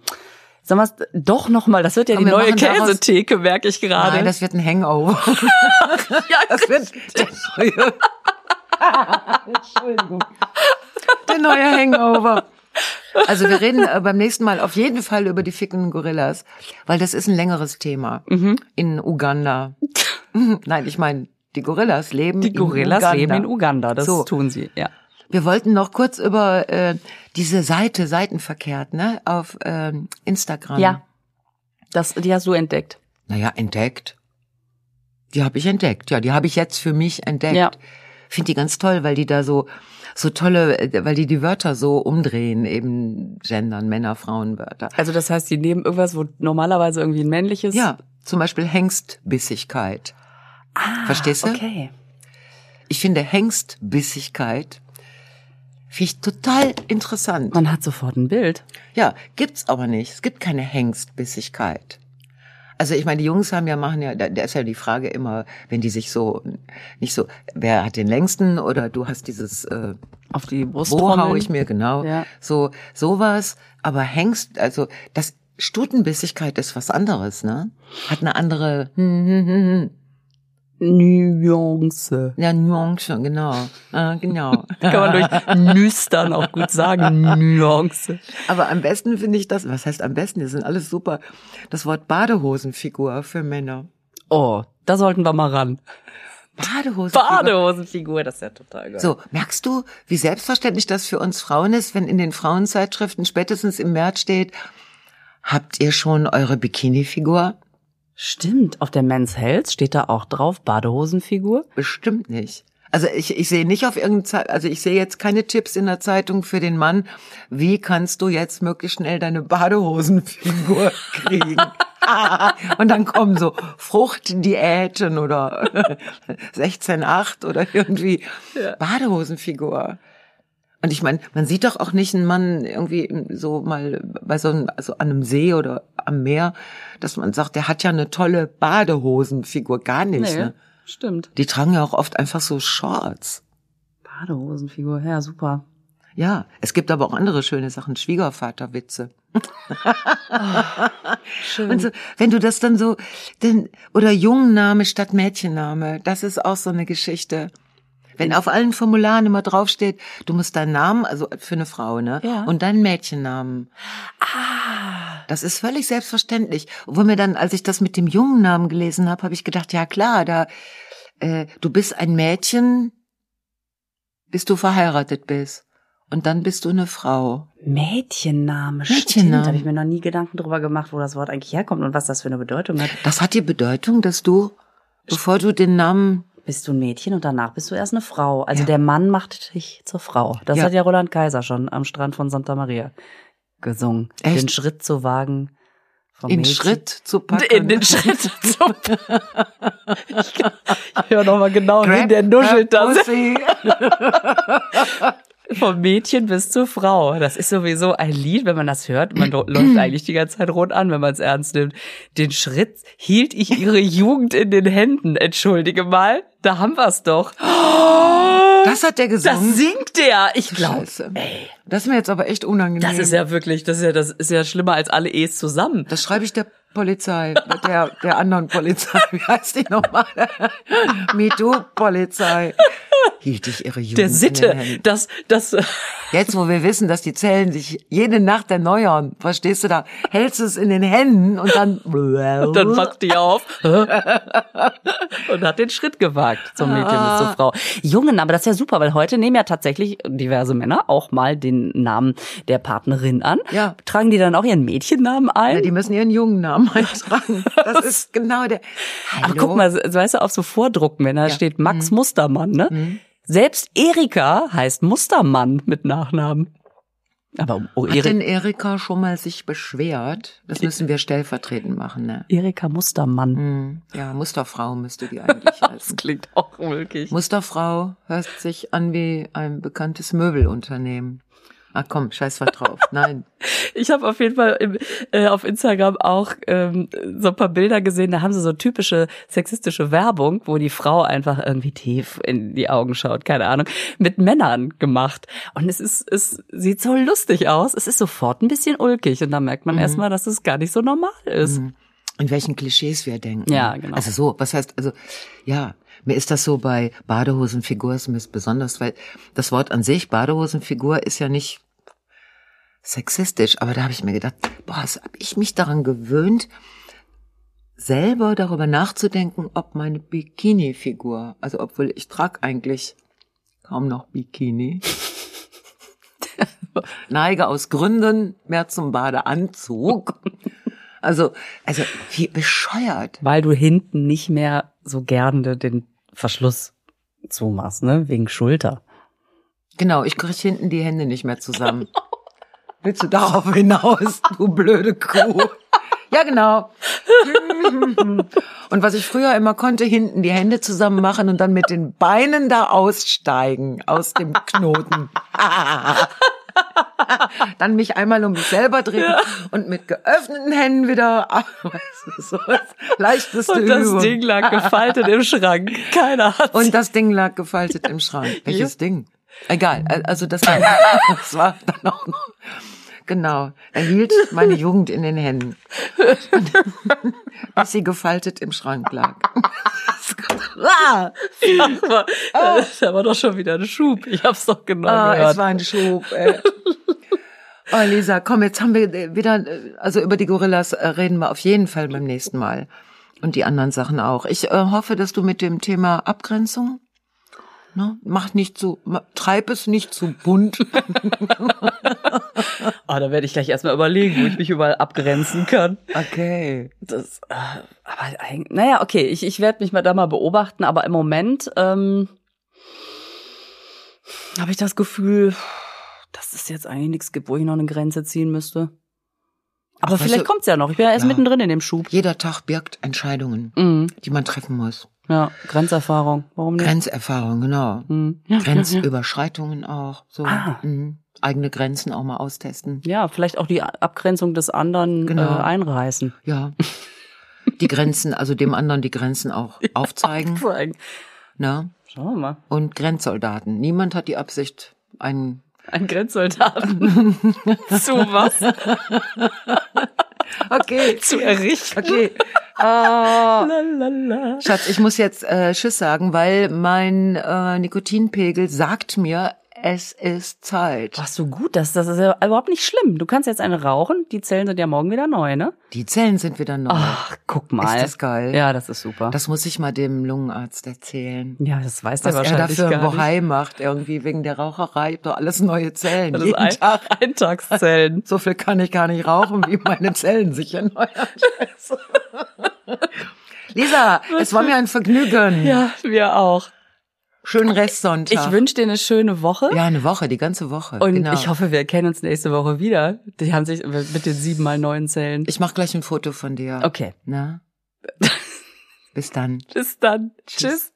C: sagen wir's doch noch mal das wird ja
A: Komm,
C: die
A: wir
C: neue
A: machen daraus-
C: Käsetheke merke ich gerade
A: Nein, das wird ein Hangover.
C: ja,
A: Das wird der neue. Entschuldigung. Der neue Hangover. Also wir reden äh, beim nächsten Mal auf jeden Fall über die fickenden Gorillas, weil das ist ein längeres Thema
C: Mhm.
A: in Uganda. Nein, ich meine, die Gorillas leben
C: Die Gorillas
A: in Uganda.
C: leben in Uganda, das
A: so.
C: tun sie, ja.
A: Wir wollten noch kurz über äh, diese Seite, Seitenverkehrt, ne, auf ähm, Instagram.
C: Das, die hast du entdeckt.
A: Naja, entdeckt. Die habe ich entdeckt. Ja, die habe ich jetzt für mich entdeckt.
C: Ja.
A: Finde die ganz toll, weil die da so so tolle, äh, weil die die Wörter so umdrehen, eben gendern, Männer, Frauen, Wörter.
C: Also das heißt, die nehmen irgendwas, wo normalerweise irgendwie ein männliches.
A: Ja, zum Beispiel Hengstbissigkeit. Verstehst du?
C: Ah, Okay.
A: Ich finde Hengstbissigkeit finde ich total interessant.
C: Man hat sofort ein Bild.
A: Ja, gibt's aber nicht. Es gibt keine Hengstbissigkeit. Also ich meine, die Jungs haben ja machen ja, da, da ist ja die Frage immer, wenn die sich so nicht so, wer hat den längsten oder du hast dieses äh,
C: Auf die Brust.
A: wo hau ich mir genau
C: Ja.
A: so sowas, aber Hengst, also das Stutenbissigkeit ist was anderes, ne? Hat eine andere hm, hm, hm, hm.
C: Nuance.
A: Ja, Nuance, genau. Ah, genau.
C: Kann man durch Nüstern auch gut sagen. Nuance.
A: Aber am besten finde ich das, was heißt am besten, die sind alles super. Das Wort Badehosenfigur für Männer.
C: Oh, da sollten wir mal ran.
A: Badehosenfigur.
C: Badehosenfigur, das ist ja total geil.
A: So, merkst du, wie selbstverständlich das für uns Frauen ist, wenn in den Frauenzeitschriften spätestens im März steht, habt ihr schon eure Bikini-Figur?
C: Stimmt, auf der Men's Health steht da auch drauf Badehosenfigur.
A: Bestimmt nicht. Also ich, ich sehe nicht auf irgendeinem Zeit, also ich sehe jetzt keine Tipps in der Zeitung für den Mann, wie kannst du jetzt möglichst schnell deine Badehosenfigur kriegen. Und dann kommen so Fruchtdiäten oder 16,8 oder irgendwie Badehosenfigur. Und ich meine, man sieht doch auch nicht einen Mann irgendwie so mal bei so einem, also an einem See oder am Meer, dass man sagt, der hat ja eine tolle Badehosenfigur. Gar nicht. Ne?
C: stimmt.
A: Die tragen ja auch oft einfach so Shorts.
C: Badehosenfigur, ja, super.
A: Ja, es gibt aber auch andere schöne Sachen, Schwiegervaterwitze.
C: Schön.
A: Und so, wenn du das dann so, denn, oder Jungenname statt Mädchenname, das ist auch so eine Geschichte. Wenn auf allen Formularen immer draufsteht, du musst deinen Namen, also für eine Frau, ne?
C: Ja.
A: Und deinen Mädchennamen. Ah. Das ist völlig selbstverständlich. Obwohl mir dann, als ich das mit dem jungen Namen gelesen habe, habe ich gedacht, ja klar, da äh, du bist ein Mädchen, bis du verheiratet bist. Und dann bist du eine Frau. Mädchenname.
C: Mädchenname, stimmt. Da habe ich mir noch nie Gedanken drüber gemacht, wo das Wort eigentlich herkommt und was das für eine Bedeutung hat.
A: Das hat die Bedeutung, dass du, bevor du den Namen,
C: Bist du ein Mädchen und danach bist du erst eine Frau. Also
A: Ja.
C: der Mann macht dich zur Frau. Das
A: Ja.
C: hat ja Roland Kaiser schon am Strand von Santa Maria gesungen.
A: Echt?
C: Den Schritt zu wagen. Vom
A: in
C: Mädchen-
A: Schritt zu packen.
C: In den Schritt zu packen. Ich höre nochmal genau hin,
A: Grab
C: der nuschelt
A: her
C: das.
A: pussy.
C: Vom Mädchen bis zur Frau. Das ist sowieso ein Lied, wenn man das hört. Man dro- läuft eigentlich die ganze Zeit rot an, wenn man es ernst nimmt. Den Schritt hielt ich ihre Jugend in den Händen. Entschuldige mal, da haben wir's doch.
A: Das hat der
C: Das
A: gesungen.
C: singt der. Ich glaube.
A: Scheiße. Das ist mir jetzt aber echt unangenehm.
C: Das ist ja wirklich, das ist ja, das ist ja schlimmer als alle E's zusammen.
A: Das schreibe ich der Polizei, der, der anderen Polizei. Wie heißt die nochmal? MeToo-Polizei. Hielt ich ihre Jugend.
C: Der
A: in den
C: Sitte,
A: Händen.
C: das, das,
A: Jetzt, wo wir wissen, dass die Zellen sich jede Nacht erneuern, verstehst du da, hältst du es in den Händen und dann, Äh.
C: dann wacht die auf und hat den Schritt gewagt zum Mädchen
A: Ah.
C: bis zur Frau. Jungen, aber das ist ja super, weil heute nehmen ja tatsächlich diverse Männer auch mal den Namen der Partnerin an.
A: Ja.
C: Tragen die dann auch ihren Mädchennamen ein?
A: Ja, die müssen ihren jungen Namen eintragen. Das ist genau der. Hallo? Mhm.
C: Aber guck mal, so- weißt du, auf so Vordrucken, wenn da steht Max Mustermann, ne? Selbst Erika heißt Mustermann mit Nachnamen. Aber oh,
A: Hat
C: Eri
A: denn Erika schon mal sich beschwert? Das müssen wir stellvertretend machen, ne?
C: Erika Mustermann.
A: Hm, Ja, Musterfrau müsste die eigentlich heißen.
C: Das klingt auch wirklich.
A: Musterfrau hört sich an wie ein bekanntes Möbelunternehmen. Ah komm, scheiß was drauf. Nein.
C: Ich habe auf jeden Fall im, äh, auf Instagram auch ähm, so ein paar Bilder gesehen, da haben sie so typische sexistische Werbung, wo die Frau einfach irgendwie tief in die Augen schaut, keine Ahnung, mit Männern gemacht. Und es ist, es sieht so lustig aus. Es ist sofort ein bisschen ulkig und da merkt man erstmal, dass es gar nicht so normal ist.
A: Mhm. In welchen Klischees wir denken.
C: Ja, genau.
A: Also so, was heißt, also, ja, mir ist das so bei Badehosenfigur ist mir ist besonders, weil das Wort an sich, Badehosenfigur, ist ja nicht sexistisch, aber da habe ich mir gedacht, boah, was habe ich mich daran gewöhnt, selber darüber nachzudenken, ob meine Bikini-Figur, also obwohl ich trage eigentlich kaum noch Bikini, neige aus Gründen mehr zum Badeanzug. Also, also wie bescheuert.
C: Weil du hinten nicht mehr so gerne den Verschluss zumachst, ne? Wegen Schulter.
A: Genau, ich krieg hinten die Hände nicht mehr zusammen.
C: Genau.
A: Willst du darauf hinaus, du blöde Kuh? Ja, genau. Und was ich früher immer konnte, hinten die Hände zusammen machen und dann mit den Beinen da aussteigen aus dem Knoten. Dann mich einmal um mich selber drehen und mit geöffneten Händen wieder. Ah, Weißt du, so das leichteste
C: Und das
A: Übung.
C: Ding lag gefaltet im Schrank. Keiner hat's
A: Und das Ding lag gefaltet im Schrank. Welches Ding? Egal, al- also das war, das war dann auch noch. Genau, er hielt meine Jugend in den Händen, bis sie gefaltet im Schrank lag. ah,
C: Aber äh, da war doch schon wieder ein Schub. Ich hab's doch genau
A: ah, es
C: gehört.
A: war ein Schub. Ey. Oh, Lisa, komm, jetzt haben wir äh, wieder, äh, also über die Gorillas äh, reden wir auf jeden Fall beim nächsten Mal. Und die anderen Sachen auch. Ich äh, hoffe, dass du mit dem Thema Abgrenzung, ne, mach nicht zu, ma- treib es nicht zu bunt.
C: Ah, da werde ich gleich erstmal überlegen, wo ich mich überall abgrenzen kann.
A: Okay.
C: Das, äh, aber eigentlich, naja, okay, ich, ich werde mich mal da mal beobachten, aber im Moment ähm, habe ich das Gefühl, dass es jetzt eigentlich nichts gibt, wo ich noch eine Grenze ziehen müsste. Aber
A: Weißt
C: vielleicht
A: du-
C: kommt's ja noch. Ich bin ja erst
A: Ja.
C: mittendrin in dem Schub.
A: Jeder Tag birgt Entscheidungen,
C: Mhm.
A: die man treffen muss.
C: Ja, Grenzerfahrung. Warum nicht?
A: Grenzerfahrung, genau.
C: Mhm. Ja, ja, ja.
A: Grenzüberschreitungen auch. So.
C: Ah.
A: Mhm. Eigene Grenzen auch mal austesten.
C: ja, vielleicht auch die Abgrenzung des anderen
A: Genau.
C: äh, einreißen.
A: Ja. Die Grenzen, also dem anderen die Grenzen auch aufzeigen.
C: Zeigen.
A: Ne?
C: Schauen wir mal.
A: Und Grenzsoldaten. Niemand hat die Absicht, einen
C: Ein Grenzsoldaten. Zu was?
A: Okay,
C: Zu errichten.
A: okay. Ah.
C: Lalala.
A: Schatz, ich muss jetzt äh, Tschüss sagen, weil mein äh, Nikotinpegel sagt mir, es ist Zeit.
C: Ach so gut, das, das ist ja überhaupt nicht schlimm. Du kannst jetzt eine rauchen, die Zellen sind ja morgen wieder neu, ne?
A: Die Zellen sind wieder neu.
C: Ach, guck mal.
A: Ist das geil?
C: Ja, das ist super.
A: Das muss ich mal dem Lungenarzt erzählen.
C: ja, das weiß der
A: Was er
C: wahrscheinlich
A: dafür im
C: gar nicht.
A: Bohai macht, irgendwie wegen der Raucherei, ich hab doch alles neue Zellen.
C: Das ist
A: Jeden
C: ein,
A: Tag.
C: Eintagszellen.
A: So viel kann ich gar nicht rauchen, wie meine Zellen sich erneuern. Lisa, es war mir ein Vergnügen.
C: Ja, wir auch.
A: Schönen Restsonntag.
C: Ich wünsche dir eine schöne Woche.
A: ja, eine Woche, die ganze Woche.
C: Und
A: genau.
C: ich hoffe, wir erkennen uns nächste Woche wieder. Die haben sich mit den sieben mal neun Zellen.
A: ich mach gleich ein Foto von dir.
C: Okay.
A: Na? Bis dann.
C: Bis dann.
A: Tschüss.
C: Tschüss.